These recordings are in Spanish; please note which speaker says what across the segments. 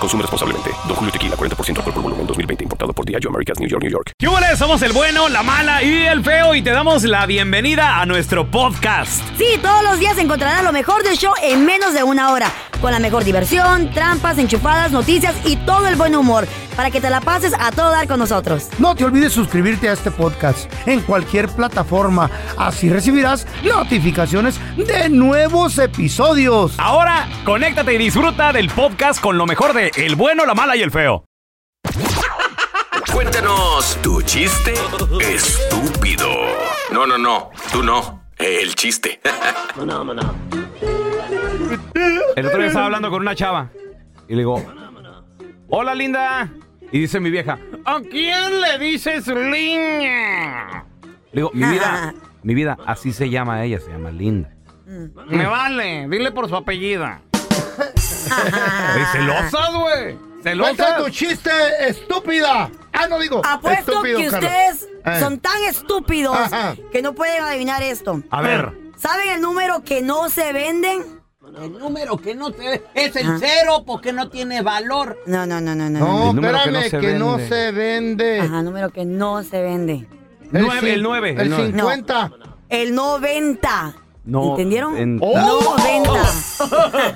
Speaker 1: Consume responsablemente. Don Julio Tequila, 40% alcohol por volumen, 2020. Importado por Diageo Americas, New York, New York.
Speaker 2: ¿Qué hubo? Somos el bueno, la mala y el feo y te damos la bienvenida a nuestro podcast.
Speaker 3: Sí, todos los días encontrarás lo mejor del show en menos de una hora. Con la mejor diversión, trampas, enchufadas, noticias y todo el buen humor. Para que te la pases a todo dar con nosotros.
Speaker 4: No te olvides suscribirte a este podcast en cualquier plataforma. Así recibirás notificaciones de nuevos episodios.
Speaker 2: Ahora, conéctate y disfruta del podcast con lo mejor de El bueno, la mala y el feo.
Speaker 5: Cuéntanos tu chiste estúpido. No, no, no. Tú no. El chiste. no, no, no.
Speaker 2: El otro día estaba hablando con una chava y le digo, hola linda. Y dice mi vieja, ¿a quién le dices linda? Le digo, mi vida, mi vida, así se llama ella, se llama Linda.
Speaker 6: Me vale, dile por su apellido.
Speaker 2: Ey, celosas, güey.
Speaker 4: Cuenta tu
Speaker 2: Celosas.
Speaker 4: chiste, estúpida. Ah, no digo.
Speaker 3: Apuesto
Speaker 4: estúpido,
Speaker 3: que
Speaker 4: Carlos.
Speaker 3: ustedes
Speaker 4: Eh.
Speaker 3: son tan estúpidos
Speaker 4: Ajá.
Speaker 3: que no pueden adivinar esto.
Speaker 2: A ver.
Speaker 3: ¿Saben el número que no se venden? Ah.
Speaker 6: El número que no se ve es el cero porque no tiene valor.
Speaker 3: No, no, no, no, no.
Speaker 4: No,
Speaker 2: El número que no
Speaker 4: espérame,
Speaker 2: se
Speaker 4: que no
Speaker 2: vende.
Speaker 4: se vende.
Speaker 3: Ajá, número que no se vende.
Speaker 2: Nueve,
Speaker 4: cin-
Speaker 2: el nueve, el
Speaker 4: El
Speaker 2: nueve.
Speaker 4: 50.
Speaker 3: El 90.
Speaker 2: No,
Speaker 3: ¿Entendieron?
Speaker 2: en-
Speaker 4: ¡Oh!
Speaker 3: 90.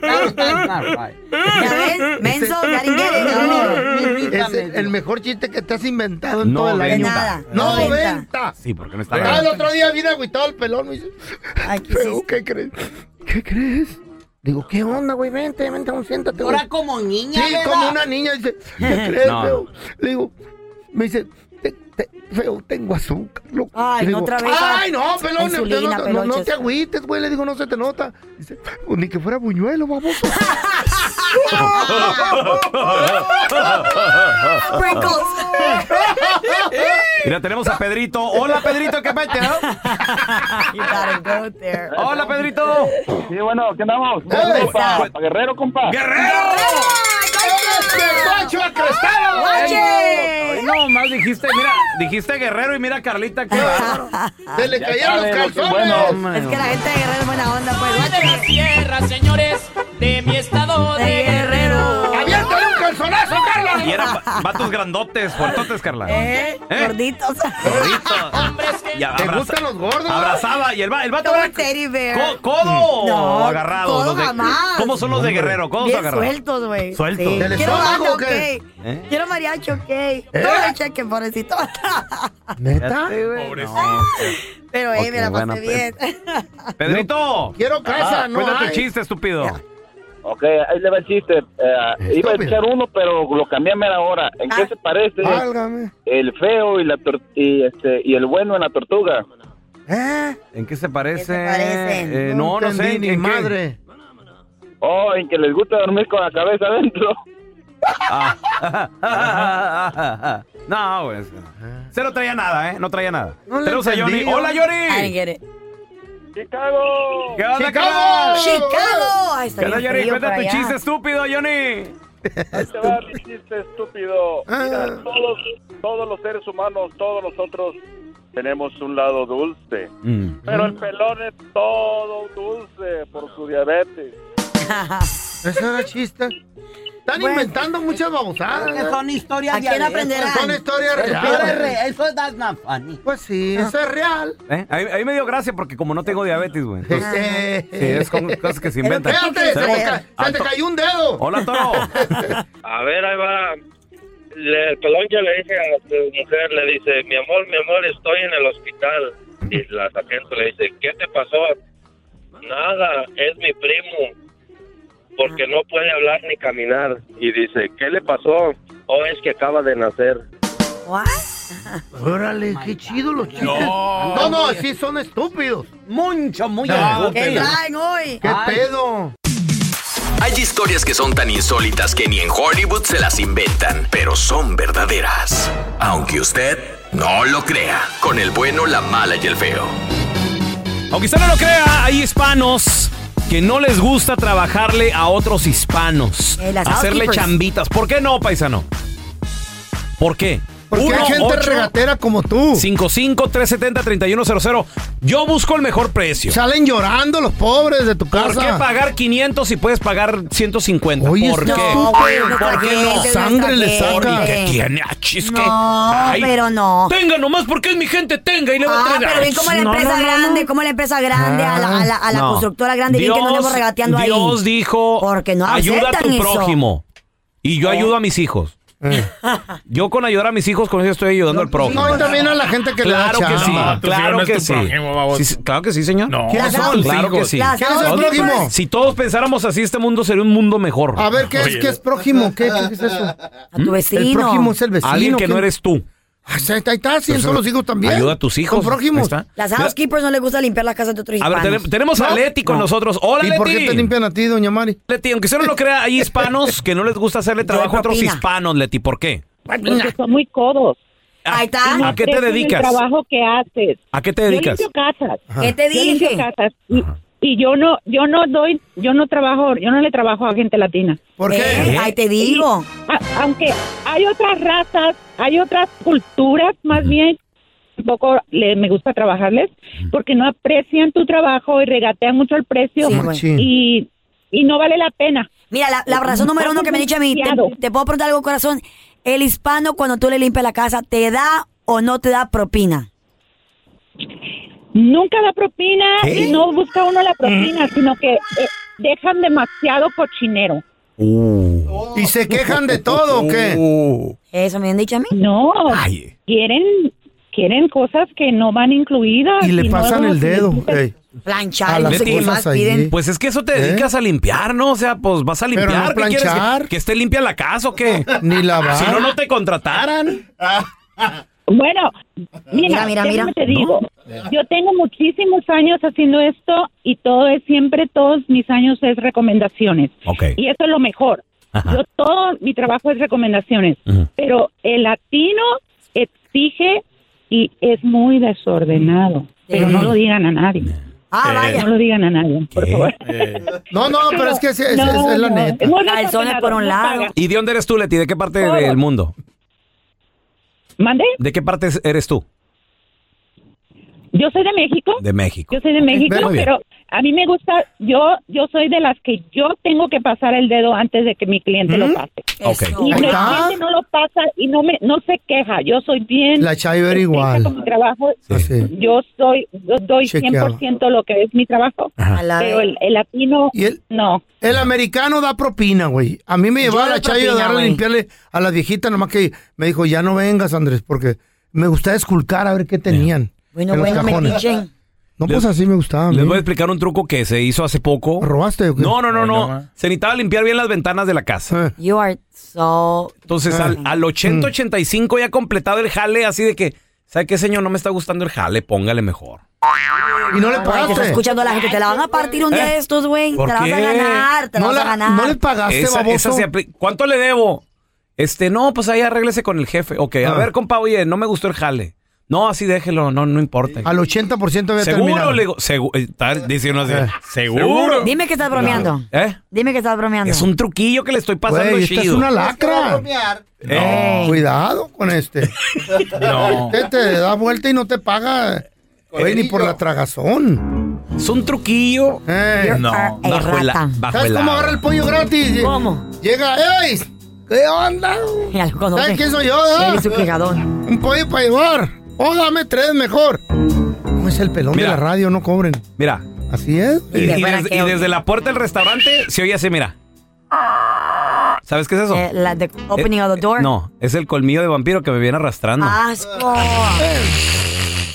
Speaker 6: Claro, claro, claro.
Speaker 3: ¿Ya ven? Menso, ya ni quiere, ya ven.
Speaker 4: Es
Speaker 6: Permítame,
Speaker 4: el, el mejor chiste que te has inventado en
Speaker 2: No
Speaker 4: todo el
Speaker 3: De
Speaker 4: año.
Speaker 2: vende.
Speaker 3: nada.
Speaker 4: No,
Speaker 3: 90.
Speaker 4: venta.
Speaker 2: Sí, porque no está
Speaker 4: Ah, el
Speaker 2: grabado.
Speaker 4: otro día vine agüitado el pelón. Me dice,
Speaker 3: Ay, ¿qué
Speaker 4: "Pero,
Speaker 3: hiciste?
Speaker 4: ¿qué crees? ¿Qué crees? Digo, ¿qué onda, güey? Vente, vente, aún siéntate. güey".
Speaker 6: Ahora como niña,
Speaker 4: Sí,
Speaker 6: ¿verdad?
Speaker 4: como una niña. Dice, ¿qué crees,
Speaker 2: No.
Speaker 4: feo? Le digo, me dice, te- te- feo, tengo azúcar. loco".
Speaker 3: Ay,
Speaker 4: Le
Speaker 3: no,
Speaker 4: digo,
Speaker 3: otra vez,
Speaker 4: Ay, no,
Speaker 3: ah,
Speaker 4: pelón, te
Speaker 3: insulina,
Speaker 4: nota- no, no
Speaker 3: pelonches".
Speaker 4: te agüites, güey. Le digo, no se te nota. Dice, "Pues ni que fuera buñuelo, vamos.
Speaker 3: Sprinkles.
Speaker 2: Mira, tenemos a Pedrito. Hola, Pedrito, ¿qué pete?
Speaker 3: You gotta go there.
Speaker 2: Hola, Pedrito.
Speaker 7: Sí, bueno, ¿qué andamos?
Speaker 4: ¡Ey!
Speaker 7: Pa- pa' Guerrero, compa.
Speaker 2: ¡Guerrero!
Speaker 4: ¡Pancho Acrestado!
Speaker 3: ¡Guache!
Speaker 2: No, más dijiste, mira, dijiste Guerrero y mira Carlita. qué bárbaro.
Speaker 4: Se le cayeron los
Speaker 7: saben lo que es
Speaker 4: calzones.
Speaker 7: bueno.
Speaker 3: Es que la gente de Guerrero es buena onda, pues. guache.
Speaker 8: tierra, señores, de mi estado
Speaker 3: De Guerrero.
Speaker 4: ¡Aviéntale un calzonazo, Carla!
Speaker 2: Y eran va- vatos grandotes, fuertotes, Carla.
Speaker 3: ¿Eh? Gorditos.
Speaker 2: Y
Speaker 4: ¿Te
Speaker 2: abraza-
Speaker 4: gustan los gordos?
Speaker 2: Abrazaba y el, va- el vato
Speaker 3: Como
Speaker 2: era
Speaker 3: teddy bear. Mm.
Speaker 2: co- codo
Speaker 3: No,
Speaker 2: agarrado.
Speaker 3: codo
Speaker 2: los de-
Speaker 3: jamás.
Speaker 2: ¿Cómo son los de Guerrero? Codos
Speaker 3: Bien
Speaker 2: agarrados.
Speaker 3: sueltos, güey.
Speaker 2: Sueltos.
Speaker 3: Sí.
Speaker 4: ¿Del
Speaker 3: Quiero
Speaker 4: estómago
Speaker 3: banda,
Speaker 4: o
Speaker 3: ok.
Speaker 4: qué? ¿Eh?
Speaker 2: ¿Eh?
Speaker 3: Quiero mariachi, ok. Todo el cheque, pobrecito.
Speaker 4: ¿Neta?
Speaker 3: Pero, eh,
Speaker 2: Ok,
Speaker 3: me la pasé
Speaker 2: bueno,
Speaker 3: bien.
Speaker 2: Pedrito,
Speaker 4: Quiero casa, no
Speaker 2: cuenta tu
Speaker 4: hay.
Speaker 2: chiste, estúpido.
Speaker 7: Ok, ahí le va el chiste. Eh, iba a
Speaker 4: Estúpido.
Speaker 7: echar uno, pero lo cambié a mera hora. ¿En
Speaker 3: Ah.
Speaker 7: qué se parece
Speaker 4: Válgame.
Speaker 7: el feo y, la tor- y, este, y el bueno en la tortuga?
Speaker 4: ¿Eh?
Speaker 2: ¿En qué se
Speaker 3: ¿Qué
Speaker 2: parece?
Speaker 3: se parecen?
Speaker 2: Eh, no, no
Speaker 4: entendí
Speaker 2: sé.
Speaker 4: ni
Speaker 2: ¿en qué?
Speaker 4: madre.
Speaker 7: Oh, en que les gusta dormir con la cabeza adentro.
Speaker 2: Ah. no, güey. Se no traía nada, ¿eh? No traía nada.
Speaker 4: No le
Speaker 2: Tenemos a Johnny.
Speaker 4: entendí,
Speaker 3: I
Speaker 2: ¡Hola,
Speaker 3: didn't
Speaker 2: Johnny!
Speaker 3: get it.
Speaker 7: ¡Chicago!
Speaker 2: ¿Qué onda,
Speaker 4: ¡Chicago!
Speaker 2: Carla?
Speaker 3: ¡Chicago! Ahí está
Speaker 2: ¿Qué onda,
Speaker 3: bien
Speaker 2: Johnny?
Speaker 3: frío
Speaker 2: Cuenta
Speaker 3: por
Speaker 2: tu
Speaker 3: allá.
Speaker 2: chiste, estúpido, Johnny.
Speaker 7: Ahí te va mi chiste estúpido. Mira, todos, todos los seres humanos, todos nosotros tenemos un lado dulce. Pero el pelón es todo dulce por su diabetes.
Speaker 4: Eso era chiste. Están inventando muchas babosadas.
Speaker 9: Son historias
Speaker 4: ¿A quién aprenderán? Son historias
Speaker 9: Eso
Speaker 4: reales.
Speaker 9: es re- Eso es that's not funny.
Speaker 4: Pues sí, eso es real.
Speaker 10: ¿Eh? Ahí, ahí me dio gracia porque como no tengo diabetes, güey. entonces- Sí, es con cosas que se
Speaker 4: Pero
Speaker 10: inventan.
Speaker 4: espérate, se te ca- se te
Speaker 10: Alto-
Speaker 4: cayó un dedo.
Speaker 10: Hola, Toro.
Speaker 11: A ver, ahí va. Le- el pelón ya le dice a su mujer, le dice, mi amor, mi amor, estoy en el hospital. Y la sargento le dice, ¿qué te pasó? Nada, es mi primo, porque no puede hablar ni caminar. Y dice, ¿qué le pasó? O es que acaba de nacer.
Speaker 4: Órale, qué chido los chistes. No, no, sí son estúpidos.
Speaker 9: Mucho, muy
Speaker 4: ¿Qué
Speaker 3: traen hoy?
Speaker 4: ¿Qué pedo?
Speaker 5: Hay historias que son tan insólitas que ni en Hollywood se las inventan, pero son verdaderas. Aunque usted no lo crea, con el bueno, la mala y el feo.
Speaker 2: Aunque usted no lo crea, hay hispanos que no les gusta trabajarle a otros hispanos.
Speaker 3: Eh, las
Speaker 2: hacerle
Speaker 3: housekeepers.
Speaker 2: chambitas. ¿Por qué no, paisano? ¿Por qué?
Speaker 4: Porque hay gente regatera como tú.
Speaker 2: 55-370-3100. Yo busco el mejor precio.
Speaker 4: Salen llorando los pobres de tu casa.
Speaker 2: ¿Por qué pagar 500 si puedes pagar 150? ¿Por
Speaker 4: está
Speaker 2: qué?
Speaker 4: estúpido.
Speaker 2: ¿Por qué
Speaker 4: Gente,
Speaker 2: no?
Speaker 4: nuestra Sangre le gente. saca.
Speaker 2: ¿Qué tiene? Ah, chis, que-
Speaker 3: No,
Speaker 2: Ay,
Speaker 3: pero no.
Speaker 2: Tenga nomás porque es mi gente, tenga y le voy a
Speaker 3: Ah,
Speaker 2: traer.
Speaker 3: pero bien como la
Speaker 2: No, no,
Speaker 3: empresa
Speaker 2: no, no.
Speaker 3: grande, como la empresa grande, a la, a la- a la
Speaker 2: No.
Speaker 3: constructora grande, bien que no le
Speaker 2: Dios-
Speaker 3: vamos regateando ahí.
Speaker 2: Dios dijo,
Speaker 3: no
Speaker 2: ayuda a tu
Speaker 3: aceptan eso". Oh.
Speaker 2: prójimo. Y yo ayudo a mis hijos. Yo con ayudar a mis hijos, con eso estoy ayudando al prójimo.
Speaker 4: Eh. No, y también a la gente que
Speaker 2: claro
Speaker 4: le da
Speaker 2: que sí,
Speaker 4: chamba.
Speaker 2: claro que sí. Sí, Claro que sí, señor.
Speaker 4: ¿Quiénes son?
Speaker 2: Claro que sí.
Speaker 4: ¿Quiénes son
Speaker 2: Oye,
Speaker 4: prójimo?
Speaker 2: Si todos pensáramos así, este mundo sería un mundo mejor. ¿Mm?
Speaker 4: A ver, ¿qué es, ¿qué es prójimo? ¿Qué, qué es eso? A
Speaker 3: tu vecino.
Speaker 4: El prójimo es el vecino.
Speaker 2: Alguien que no
Speaker 4: ¿quién?
Speaker 2: eres tú.
Speaker 4: Ah, sí, Ahí está, ahí está, sí, son los hijos también.
Speaker 2: Ayuda Pues a tus hijos.
Speaker 4: Con prójimos.
Speaker 2: Ahí está.
Speaker 3: Las housekeepers no les gusta limpiar las casas de otros
Speaker 2: A ver,
Speaker 3: hispanos.
Speaker 2: tenem- tenemos a Leti con nosotros. Hola,
Speaker 4: ¿Y por qué
Speaker 2: Leti.
Speaker 4: te limpian a ti, doña Mari?
Speaker 2: Leti, aunque usted no lo crea, hay hispanos que no les gusta hacerle trabajo a otros
Speaker 3: propina.
Speaker 2: hispanos, Leti. ¿Por qué?
Speaker 12: Porque son muy codos.
Speaker 3: Ahí está.
Speaker 2: ¿A qué te
Speaker 12: Aprecian
Speaker 2: dedicas?
Speaker 12: Ah, El trabajo que haces.
Speaker 2: ¿A qué te dedicas?
Speaker 12: Yo limpio casas.
Speaker 2: Ajá. ¿Qué te
Speaker 12: Yo limpio
Speaker 3: dije?
Speaker 12: casas. Y, y yo no, yo no doy, yo no trabajo, yo no le trabajo a gente latina.
Speaker 4: ¿Por
Speaker 3: qué? Eh, ahí te digo.
Speaker 12: aunque hay otras razas, hay otras culturas, más bien tampoco le, me gusta trabajarles porque no aprecian tu trabajo y regatean mucho el precio
Speaker 3: Sí, güey. Machín.
Speaker 12: y, y no vale la pena.
Speaker 3: Mira, la, la razón número uno que me han dicho a mí, te, te puedo preguntar algo, corazón. El hispano, cuando tú le limpias la casa, ¿te da o no te da propina?
Speaker 12: Nunca da propina
Speaker 3: ¿Qué?
Speaker 12: y no busca uno la propina, sino que eh, dejan demasiado cochinero.
Speaker 4: ¿Y se quejan de todo o qué?
Speaker 2: Uh.
Speaker 3: ¿Eso me han dicho a mí?
Speaker 12: No, quieren quieren cosas que no van incluidas.
Speaker 4: Y le
Speaker 12: no
Speaker 4: pasan el
Speaker 12: se les
Speaker 4: dedo.
Speaker 12: quita-
Speaker 4: ey.
Speaker 3: Planchar,
Speaker 4: A
Speaker 3: no
Speaker 4: las
Speaker 3: sé qué
Speaker 4: cosas
Speaker 3: más
Speaker 4: ahí. ¿Eh?
Speaker 3: piden.
Speaker 2: Pues es que eso te dedicas a limpiar, ¿no? O sea, pues vas a
Speaker 4: Pero
Speaker 2: limpiar.
Speaker 4: no
Speaker 2: ¿Qué quieres,
Speaker 4: planchar.
Speaker 2: Que, que esté limpia la casa o qué?
Speaker 4: Ni lavar.
Speaker 2: Si no, no te contrataran.
Speaker 12: Bueno, mira,
Speaker 3: Mira, mira,
Speaker 12: déjame
Speaker 3: mira.
Speaker 12: te digo, yo tengo muchísimos años haciendo esto y todo es siempre todos mis años es recomendaciones. Y eso es lo mejor. Yo todo mi trabajo es recomendaciones, pero el latino exige y es muy desordenado, pero
Speaker 4: Eh.
Speaker 12: no lo digan a nadie.
Speaker 3: Ah, vaya.
Speaker 12: No lo digan a nadie,
Speaker 2: ¿Eh?
Speaker 12: por favor.
Speaker 4: No, no, pero es que es, es-
Speaker 12: No,
Speaker 4: es la
Speaker 12: no,
Speaker 4: neta.
Speaker 12: es muy
Speaker 3: Calzones
Speaker 12: desordenado,
Speaker 3: Ah, por un
Speaker 12: no
Speaker 3: lado.
Speaker 12: paga.
Speaker 2: ¿Y de dónde eres tú, Leti? ¿De qué parte
Speaker 12: Todos.
Speaker 2: del mundo?
Speaker 12: ¿Mande?
Speaker 2: ¿De qué parte eres tú?
Speaker 12: Yo soy de México.
Speaker 2: De México.
Speaker 12: Yo soy de México,
Speaker 2: Muy bien.
Speaker 12: pero a mí me gusta, yo yo soy de las que yo tengo que pasar el dedo antes de que mi cliente
Speaker 2: Mm.
Speaker 13: Mm.
Speaker 12: lo pase.
Speaker 2: Ok.
Speaker 12: Y
Speaker 4: Ahí
Speaker 12: mi
Speaker 4: está.
Speaker 12: cliente no lo pasa y no me no se queja. Yo soy bien
Speaker 4: La Chiver
Speaker 12: estricta con
Speaker 4: igual.
Speaker 12: mi trabajo.
Speaker 4: Así.
Speaker 12: Yo soy yo doy
Speaker 4: Chequeaba.
Speaker 12: 100% lo que es mi trabajo,
Speaker 2: Ajá.
Speaker 3: A la
Speaker 12: pero
Speaker 3: vez.
Speaker 12: el, el latino
Speaker 4: Y el,
Speaker 12: no.
Speaker 4: el americano da propina, güey. A mí me llevaba
Speaker 3: Yo doy
Speaker 4: la Chayo a
Speaker 3: propina,
Speaker 4: darle a
Speaker 3: güey.
Speaker 4: limpiarle a las viejitas, nomás que me dijo, ya no vengas, Andrés, porque me gustaba esculcar a ver qué tenían.
Speaker 3: Bueno,
Speaker 4: en los
Speaker 3: bueno,
Speaker 4: cajones.
Speaker 3: metichen.
Speaker 4: No, pues así me gustaba. a mí.
Speaker 2: Les voy a explicar un truco que se hizo hace poco.
Speaker 4: ¿Robaste o qué?
Speaker 2: No, no, no, no. Se necesitaba limpiar bien las ventanas de la casa.
Speaker 4: Eh.
Speaker 3: You are so...
Speaker 2: Entonces, al, al 80-85 ya completado el jale, así de que, ¿sabe qué, señor? No me está gustando el jale, póngale mejor.
Speaker 4: Y no le
Speaker 3: Güey, te está
Speaker 4: pagaste.
Speaker 3: escuchando a la gente. Te la van a partir un día
Speaker 2: ¿Eh?
Speaker 3: de estos, güey. Te
Speaker 2: ¿Por
Speaker 3: la vas a
Speaker 2: qué?
Speaker 3: ganar, te la
Speaker 4: No,
Speaker 3: vas a
Speaker 4: la,
Speaker 3: ganar.
Speaker 4: no le pagaste,
Speaker 2: Esa-
Speaker 4: baboso.
Speaker 2: esa se apli- ¿Cuánto le debo? Este, no, pues ahí arréglese con el jefe. Ok, a
Speaker 4: Ah.
Speaker 2: ver, compa, oye, no me gustó el jale. No, así déjelo, no, no importa.
Speaker 4: Al 80% había
Speaker 2: Seguro,
Speaker 4: terminado. Ah.
Speaker 2: le digo, segu- eh, tal, dice uno así, seguro.
Speaker 3: Dime que estás bromeando.
Speaker 2: ¿Eh?
Speaker 3: Dime que estás bromeando.
Speaker 2: Es un truquillo que le estoy pasando
Speaker 4: Güey, esta
Speaker 2: chido.
Speaker 4: es una lacra.
Speaker 2: Eh,
Speaker 4: Cuidado con este.
Speaker 2: No.
Speaker 4: Este te da vuelta y no te paga güey, ni por la tragazón. Eh.
Speaker 2: Es un truquillo. No, bajo el, a- bajo
Speaker 4: ¿Sabes
Speaker 2: el
Speaker 4: cómo
Speaker 2: agua.
Speaker 4: agarra el pollo gratis?
Speaker 3: ¿Cómo?
Speaker 4: Llega, ¡ey! ¿Qué onda? ¿Sabes quién soy yo? ah?
Speaker 3: Él y su quejadón.
Speaker 4: Un pollo para llevar. Oh, dame tres mejor. ¿Cómo es el pelón
Speaker 2: Mira.
Speaker 4: de la radio? No cobren.
Speaker 2: Mira.
Speaker 4: Así es.
Speaker 2: Y, y desde, y desde la puerta del restaurante se oye así, mira. ¿Sabes qué es eso?
Speaker 3: Eh, la de opening of the door.
Speaker 2: No, es el colmillo de vampiro que me viene arrastrando.
Speaker 3: Ah. Asco.
Speaker 4: Eh.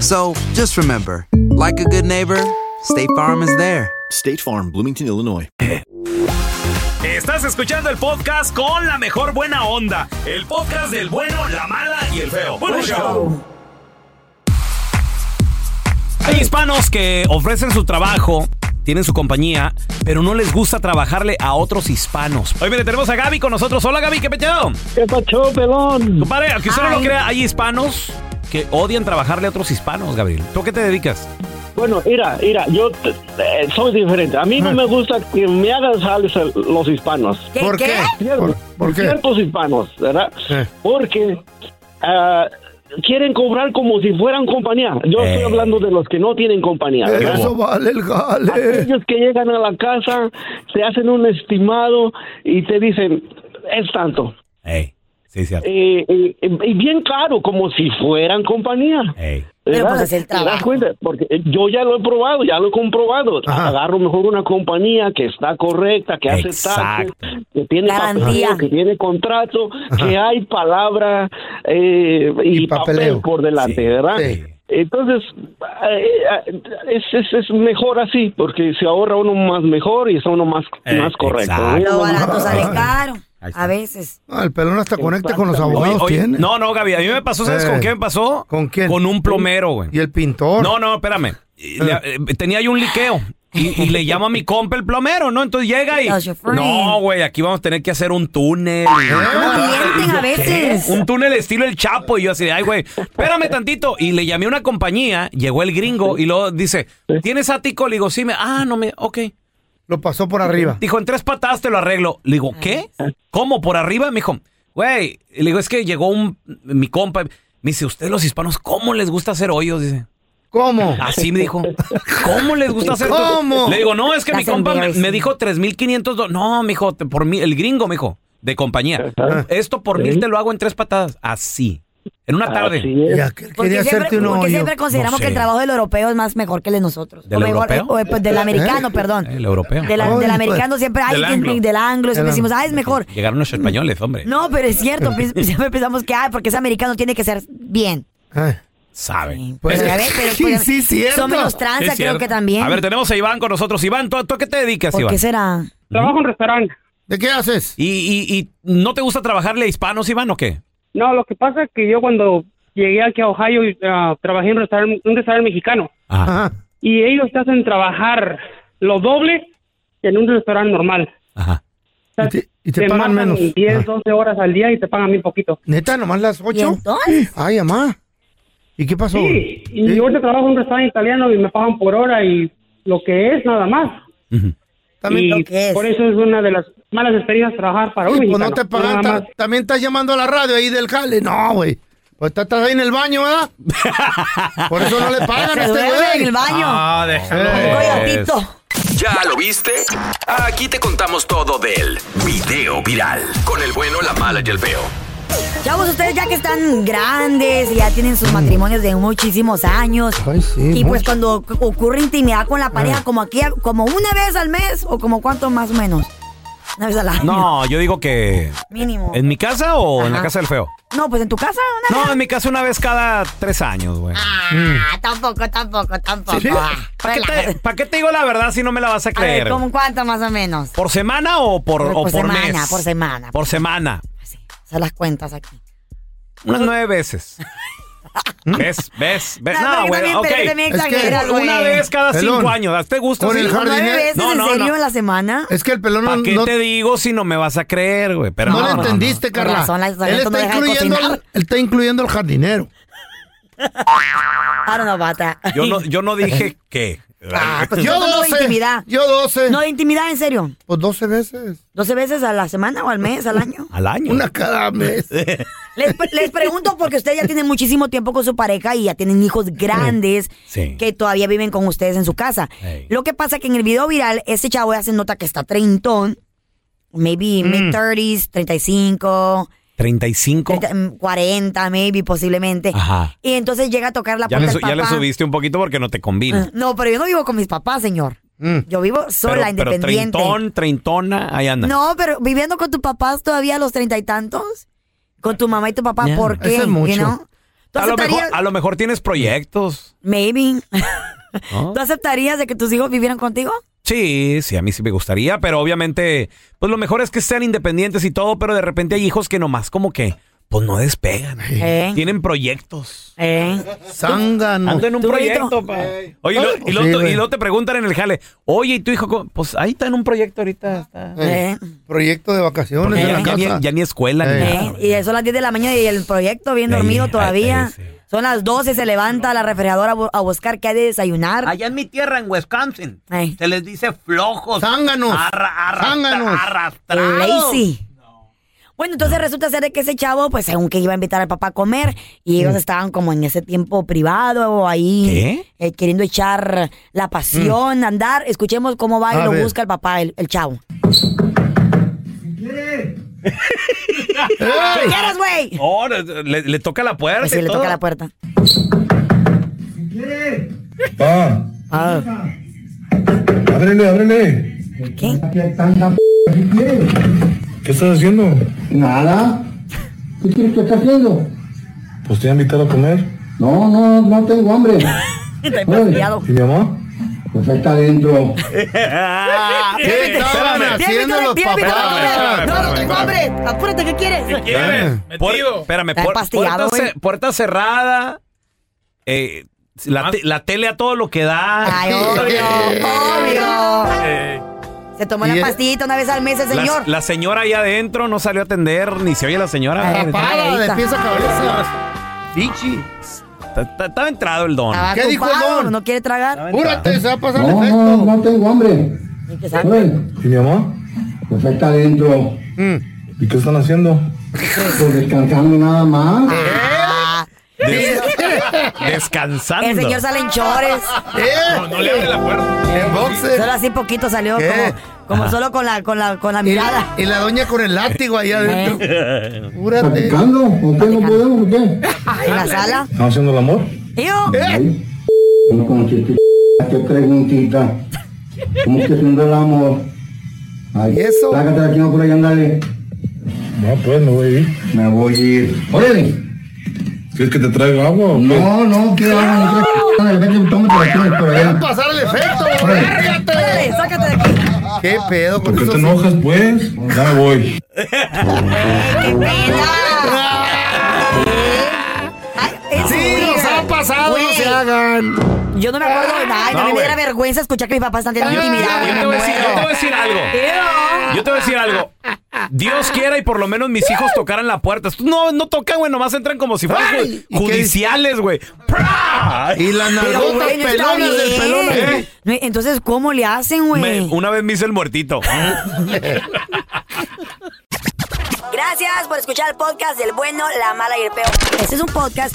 Speaker 14: So just remember, like a good neighbor, State Farm is there. State Farm, Bloomington, Illinois.
Speaker 2: Estás escuchando el podcast con la mejor buena onda. El podcast del bueno, la mala y el feo. Bueno, show. Hay hispanos que ofrecen su trabajo, tienen su compañía, pero no les gusta trabajarle a otros hispanos. Hoy mire, tenemos a Gaby con nosotros. Hola Gaby, ¿qué peteado?
Speaker 15: ¿Qué pacho, pelón?
Speaker 2: Compadre, aunque usted no lo crea, hay hispanos que odian trabajarle a otros hispanos, Gabriel. ¿Tú a qué te dedicas?
Speaker 15: Bueno, mira, mira, yo t- eh, soy diferente. A mí no me gusta que me hagan jales a los hispanos.
Speaker 3: ¿Qué, ¿Por qué? qué? Eh.
Speaker 15: Cier- Ciertos hispanos, ¿verdad? Porque ah, quieren cobrar como si fueran compañía. Yo
Speaker 3: Eh.
Speaker 15: estoy hablando de los que no tienen compañía. ¿verdad?
Speaker 4: Eso vale el gale.
Speaker 15: Aquellos que llegan a la casa, se hacen un estimado y te dicen, es tanto.
Speaker 2: Sí, cierto.
Speaker 15: Eh, eh, eh, y bien caro, como si fueran compañía.
Speaker 3: Pero,
Speaker 15: ¿Verdad?
Speaker 3: pues, es el
Speaker 15: ¿Te das
Speaker 3: trabajo.
Speaker 15: cuenta? Porque eh, yo ya lo he probado, ya lo he comprobado. Agarro mejor una compañía que está correcta, que hace taxes, que tiene
Speaker 3: Garantía.
Speaker 15: papeleo, que tiene contrato, que hay palabra eh, y,
Speaker 4: papeleo.
Speaker 15: papel por delante, ¿verdad? Entonces, eh, eh, es, es, es mejor así, porque se ahorra uno más mejor y es uno más, más correcto. ¿no?
Speaker 3: Lo barato sale caro. A veces.
Speaker 4: Ah, el pelón hasta conecta con los abogados
Speaker 2: Oye, oye,
Speaker 4: tiene.
Speaker 2: no, no, Gaby, a mí me pasó, ¿sabes
Speaker 4: Eh.
Speaker 2: con qué me pasó?
Speaker 4: ¿Con quién?
Speaker 2: Con un plomero, güey.
Speaker 4: Y el pintor.
Speaker 2: No, no, espérame. Y le- eh, tenía yo un liqueo. Y, y le llama a mi compa el plomero, ¿no? Entonces llega y.
Speaker 3: Los choferes.
Speaker 2: No, güey, aquí vamos a tener que hacer un
Speaker 4: Eh.
Speaker 2: túnel.
Speaker 3: mienten a
Speaker 2: ¿Qué?
Speaker 3: veces.
Speaker 2: Un túnel estilo el Chapo. Y yo así, de, ay, güey, espérame tantito. Y le llamé a una compañía, llegó el gringo y luego dice, ¿tienes ático? Le digo, sí, me. Ah, no me. Ok.
Speaker 4: Lo pasó por arriba.
Speaker 2: Dijo, en tres patadas te lo arreglo. Le digo, ¿qué?
Speaker 3: Ah,
Speaker 2: ¿Cómo? ¿Por arriba? Me dijo, güey. Le digo, es que llegó un, mi compa. Me dice, ¿ustedes los hispanos cómo les gusta hacer hoyos? Dice.
Speaker 4: ¿Cómo?
Speaker 2: Así me dijo. ¿Cómo les gusta hacer todo?
Speaker 4: ¿Cómo?
Speaker 2: Le digo, no, es que mi
Speaker 4: That's
Speaker 2: compa me,
Speaker 4: embarrassing.
Speaker 2: me dijo 3,500 do- No, mijo, te- por mí, el gringo, mijo, de compañía. Esto por mil te lo hago en tres patadas. Así. En una tarde.
Speaker 3: Porque siempre, porque siempre consideramos
Speaker 2: No sé,
Speaker 3: que el trabajo del europeo es más mejor que el de nosotros.
Speaker 2: ¿Del
Speaker 3: O mejor,
Speaker 2: europeo?
Speaker 3: o, eh, pues, del
Speaker 2: ¿Eh?
Speaker 3: americano, perdón.
Speaker 2: El europeo.
Speaker 3: Del,
Speaker 2: Ay,
Speaker 3: del
Speaker 2: pues.
Speaker 3: americano siempre hay
Speaker 2: Del
Speaker 3: del
Speaker 2: anglo.
Speaker 3: anglo, del anglo
Speaker 2: Del
Speaker 3: siempre decimos,
Speaker 2: anglo.
Speaker 3: ah, es mejor.
Speaker 2: Llegaron los españoles, hombre.
Speaker 3: No, pero es cierto, pi- siempre pensamos que, ah, porque es americano tiene que ser bien.
Speaker 2: Saben.
Speaker 3: Pues, a ver, pero, pues, Son menos tranza, creo
Speaker 2: Es cierto.
Speaker 3: que también.
Speaker 2: A ver, tenemos a Iván con nosotros. Iván, ¿tú, tú a qué te dedicas,
Speaker 3: ¿Por
Speaker 2: Iván?
Speaker 3: qué será?
Speaker 16: Trabajo en restaurante.
Speaker 4: ¿De qué haces?
Speaker 2: ¿Y, y, y no te gusta trabajarle a hispanos, Iván, o qué?
Speaker 16: No, lo que pasa es
Speaker 17: Uh-huh.
Speaker 16: que yo cuando llegué aquí a Ohio ah, trabajé en un restaurante, un restaurante mexicano. y ellos te hacen trabajar lo doble que en un restaurante normal. Ajá.
Speaker 4: y te pagan menos.
Speaker 16: 10,
Speaker 4: Ajá.
Speaker 16: 12 horas al día y te pagan bien poquito.
Speaker 4: ¿Neta? ¿Nomás las 8? Ay, mamá. ¿Y qué pasó?
Speaker 16: Sí, y
Speaker 4: ¿Eh?
Speaker 16: yo ahorita trabajo en un restaurante italiano y me pagan por hora y lo que es nada más.
Speaker 4: También
Speaker 16: y
Speaker 4: lo que es.
Speaker 16: Por eso es una de las malas experiencias trabajar para un
Speaker 4: Y pues
Speaker 16: mexicano.
Speaker 4: no te pagan,
Speaker 16: Nada
Speaker 4: ta-
Speaker 16: más.
Speaker 4: también estás llamando a la radio ahí del jale. No, güey. Pues está- estás ahí en el baño, ¿verdad? Por eso no le pagan
Speaker 3: Se
Speaker 4: a este
Speaker 3: duerme
Speaker 4: güey. Pues.
Speaker 3: en el baño.
Speaker 10: Ah, déjalo.
Speaker 5: ¿Ya lo viste? Aquí te contamos todo del video viral. Con el bueno, la mala y el feo.
Speaker 3: Chavos, ustedes ya que están grandes y ya tienen
Speaker 2: Mm.
Speaker 3: sus matrimonios de muchísimos años. y pues
Speaker 4: mucho.
Speaker 3: cuando oc- ocurre intimidad con la pareja,
Speaker 2: Ah.
Speaker 3: como aquí, como una vez al mes o como cuánto más o menos. Una vez al año.
Speaker 2: No, yo digo que.
Speaker 3: Mínimo.
Speaker 2: ¿En mi casa o en la
Speaker 3: Ajá.
Speaker 2: casa del feo?
Speaker 3: No, pues en tu casa, una
Speaker 2: No, en mi casa una vez cada tres años, güey.
Speaker 3: Ah, tampoco, tampoco, tampoco.
Speaker 2: Sí.
Speaker 3: Ah,
Speaker 2: ¿Para, qué te, para qué te digo la verdad si no me la vas a
Speaker 3: A ver,
Speaker 2: creer?
Speaker 3: ¿cómo cuánto más o menos?
Speaker 2: ¿Por semana o por,
Speaker 3: Por-
Speaker 2: o
Speaker 3: por
Speaker 2: por,
Speaker 3: semana,
Speaker 2: mes?
Speaker 3: por semana.
Speaker 2: Por semana.
Speaker 3: Hacer las cuentas aquí.
Speaker 2: Unas nueve veces.
Speaker 3: ¿Mm?
Speaker 2: ¿Ves? ¿Ves? ¿Ves?
Speaker 3: No, pero
Speaker 2: No, güey.
Speaker 3: también-
Speaker 2: ok.
Speaker 3: pero también Es que- exageras, güey.
Speaker 2: una vez cada
Speaker 4: Pelón.
Speaker 2: cinco años. ¿das ¿Te gusta?
Speaker 4: Con el
Speaker 2: ¿Sí?
Speaker 4: jardinero.
Speaker 3: ¿eh? ¿Nueve veces
Speaker 2: No,
Speaker 3: en
Speaker 2: no,
Speaker 3: serio
Speaker 2: no.
Speaker 3: en la semana?
Speaker 4: Es que el pelón
Speaker 2: ¿Para
Speaker 4: no,
Speaker 2: qué
Speaker 4: no-
Speaker 2: te digo si no me vas a creer, güey? Pero
Speaker 4: no le entendiste,
Speaker 3: Con
Speaker 4: Carla.
Speaker 3: razón, la- la
Speaker 4: él,
Speaker 3: gente no
Speaker 4: está
Speaker 3: deja de
Speaker 4: incluyendo,
Speaker 3: cocinar.
Speaker 4: al- él está incluyendo al jardinero.
Speaker 3: Ahora Ah, no, bata.
Speaker 2: Yo no, yo no dije que.
Speaker 4: yo
Speaker 3: no de
Speaker 4: 12,
Speaker 3: intimidad.
Speaker 4: Yo 12.
Speaker 3: No, de intimidad, en serio.
Speaker 4: Pues 12 veces.
Speaker 3: ¿12 veces a la semana o al mes, al año?
Speaker 2: Al año.
Speaker 4: Una cada mes.
Speaker 3: Les, pre- les pregunto porque ustedes ya tienen muchísimo tiempo con su pareja y ya tienen hijos grandes
Speaker 2: Sí.
Speaker 3: que todavía viven con ustedes en su casa.
Speaker 2: Ey.
Speaker 3: Lo que pasa que en el video viral, este chavo ya se nota que está treintón, maybe
Speaker 2: Mm.
Speaker 3: mid-30s, 35,
Speaker 2: 35.
Speaker 3: 30, 40, mm, maybe, posiblemente.
Speaker 2: Ajá.
Speaker 3: Y entonces llega a tocar la
Speaker 2: Ya
Speaker 3: puerta
Speaker 2: le, su-
Speaker 3: del
Speaker 2: ya le
Speaker 3: papá.
Speaker 2: subiste un poquito porque no te combina.
Speaker 3: No, pero yo no vivo con mis papás, señor. Yo
Speaker 4: Ah,
Speaker 3: vivo sola,
Speaker 2: pero, pero
Speaker 3: independiente.
Speaker 2: treintón, treintona, ahí anda.
Speaker 3: No, pero viviendo con tus papás todavía a los treinta y tantos, con tu mamá y tu papá,
Speaker 2: Yeah.
Speaker 3: ¿por qué?
Speaker 2: Eso es mucho.
Speaker 3: You know? ¿Tú
Speaker 2: a, lo mejor,
Speaker 3: aceptarías,
Speaker 2: a lo mejor tienes proyectos.
Speaker 3: maybe,
Speaker 2: ¿no?
Speaker 3: ¿tú aceptarías de que tus hijos vivieran contigo?
Speaker 2: Sí, sí, a mí sí me gustaría, pero obviamente, pues lo mejor es que sean independientes y todo, pero de repente hay hijos que nomás como que, pues no despegan.
Speaker 3: Eh.
Speaker 2: Tienen proyectos.
Speaker 3: ¿Eh?
Speaker 4: Zángano.
Speaker 2: Ando en un
Speaker 4: ¿Tú,
Speaker 2: proyecto,
Speaker 4: Benito?
Speaker 2: pa. Oye, y lo- y
Speaker 4: Pues sí,
Speaker 2: luego te-
Speaker 4: güey.
Speaker 2: y luego te preguntan en el jale, oye, ¿y tu hijo? cómo? Pues ahí está en un proyecto ahorita. Está.
Speaker 4: Eh, Proyecto de vacaciones
Speaker 2: Porque
Speaker 4: en
Speaker 2: ya,
Speaker 4: la
Speaker 2: ya ni,
Speaker 4: casa.
Speaker 2: ya ni escuela. ni nada.
Speaker 3: ¿Eh? Y eso a las 10 de la mañana y el proyecto bien dormido todavía. Son las 12, se levanta a la refrigeradora a bu- a buscar qué hay de desayunar.
Speaker 10: Allá en mi tierra, en Wisconsin,
Speaker 3: Ey.
Speaker 10: se les dice flojos.
Speaker 4: Zánganos.
Speaker 10: Arra- arrastra-
Speaker 4: Zánganos.
Speaker 10: arrastrados.
Speaker 3: Lazy. Bueno, entonces resulta ser de que ese chavo, pues según que iba a invitar al papá a comer, y ellos
Speaker 4: Mm.
Speaker 3: estaban como en ese tiempo privado o ahí eh, queriendo echar la pasión, andar. Escuchemos cómo va
Speaker 4: Mm. A
Speaker 3: y lo
Speaker 4: ver.
Speaker 3: busca el papá, el, el chavo.
Speaker 4: Eh.
Speaker 3: ¿Qué quieres, güey?
Speaker 2: Oh, le, le- le toca la puerta.
Speaker 3: Pues sí,
Speaker 2: y
Speaker 3: le
Speaker 2: todo.
Speaker 3: toca la puerta.
Speaker 6: Pa,
Speaker 3: Ah,
Speaker 6: ábrele, ábrele.
Speaker 3: ¿Qué?
Speaker 6: ¿Qué estás haciendo? Nada. ¿Qué quieres que esté haciendo? Pues te he invitado a comer. No, no, no tengo hambre.
Speaker 3: está
Speaker 6: ¿Y mi mamá? Pues ahí está adentro.
Speaker 4: ¿Qué estaban haciendo los papás?
Speaker 3: No, no tengo hambre. Apúrate, ¿qué quieres? ¿Qué
Speaker 2: quieres? Por- espérame,
Speaker 3: Está
Speaker 2: por-
Speaker 3: empastillado,
Speaker 2: puerta,
Speaker 3: güey.
Speaker 2: ce- puerta cerrada. eh, la, te- la tele a todo lo que da.
Speaker 3: Ay, obvio, obvio.
Speaker 4: Eh,
Speaker 3: Se tomó
Speaker 2: Y
Speaker 3: la
Speaker 2: es-
Speaker 3: pastillita una vez al mes el
Speaker 2: La-
Speaker 3: señor.
Speaker 2: La, señora ahí adentro no salió a atender, ni se oye la señora.
Speaker 4: Tapada de pies a cabeza.
Speaker 2: Pichi. Está- está- Estaba entrado el don.
Speaker 3: Estaba
Speaker 4: ¿Qué dijo el
Speaker 3: ocupado,
Speaker 4: don?
Speaker 3: No quiere tragar.
Speaker 4: Apúrate, se va a
Speaker 3: Pues,
Speaker 4: pasar el
Speaker 6: No,
Speaker 4: efecto.
Speaker 6: no, no tengo hambre. ¿Y mi mamá? Pues ahí está adentro. ¿Y qué están haciendo? Pues descansando nada más.
Speaker 2: Des- descansando.
Speaker 3: Ah. El señor sale en chores.
Speaker 2: No, no le abre la puerta.
Speaker 4: En boxer.
Speaker 3: Solo así poquito salió
Speaker 4: ¿Qué?
Speaker 3: como, como
Speaker 4: Ajá.
Speaker 3: solo con la, con la, con la
Speaker 4: Y
Speaker 3: mirada.
Speaker 4: la, y la doña con el látigo ahí adentro. Apúrate.
Speaker 6: ¿Platicando? ¿O qué? ¿No podemos o qué?
Speaker 3: En la sala.
Speaker 6: ¿Están haciendo el amor?
Speaker 3: Yo.
Speaker 6: No contesté, qué preguntita. ¿Cómo que haciendo el amor? Ay, eso? Sácate de aquí, no por ahí, andale. No, pues, me voy a ir. Me voy a ir. ¡Órale! ¿Quieres que te traiga agua o No, no, quiero agua, no quiero que vete, tómate la tienes por
Speaker 4: Va a
Speaker 6: allá.
Speaker 4: pasar el efecto.
Speaker 3: Órale, sácate de aquí.
Speaker 4: ¿Qué pedo
Speaker 6: ¿Por
Speaker 4: con
Speaker 6: qué
Speaker 4: esos
Speaker 6: te enojas, pues? Ya me voy.
Speaker 3: ¡Qué pena!
Speaker 4: Sí, nos ha casados, no se hagan.
Speaker 3: Yo no me acuerdo de nada.
Speaker 2: No,
Speaker 3: también me
Speaker 2: güey.
Speaker 3: diera vergüenza escuchar que mis papás están teniendo intimidad.
Speaker 2: Yo te voy a decir, yo te voy a decir algo. Yo te voy a decir algo. Dios quiera y por lo menos mis hijos tocaran la puerta. Estos No, no tocan, güey. Nomás entran como si fueran ju- judiciales, güey. ¡Pra!
Speaker 4: Y las
Speaker 3: Pero, güey, no está bien.
Speaker 2: ¿Eh?
Speaker 3: No, Entonces, ¿cómo le hacen, güey?
Speaker 2: Me- una vez me hice el muertito.
Speaker 3: Gracias por escuchar el podcast del bueno, la mala y el peor. Este es un podcast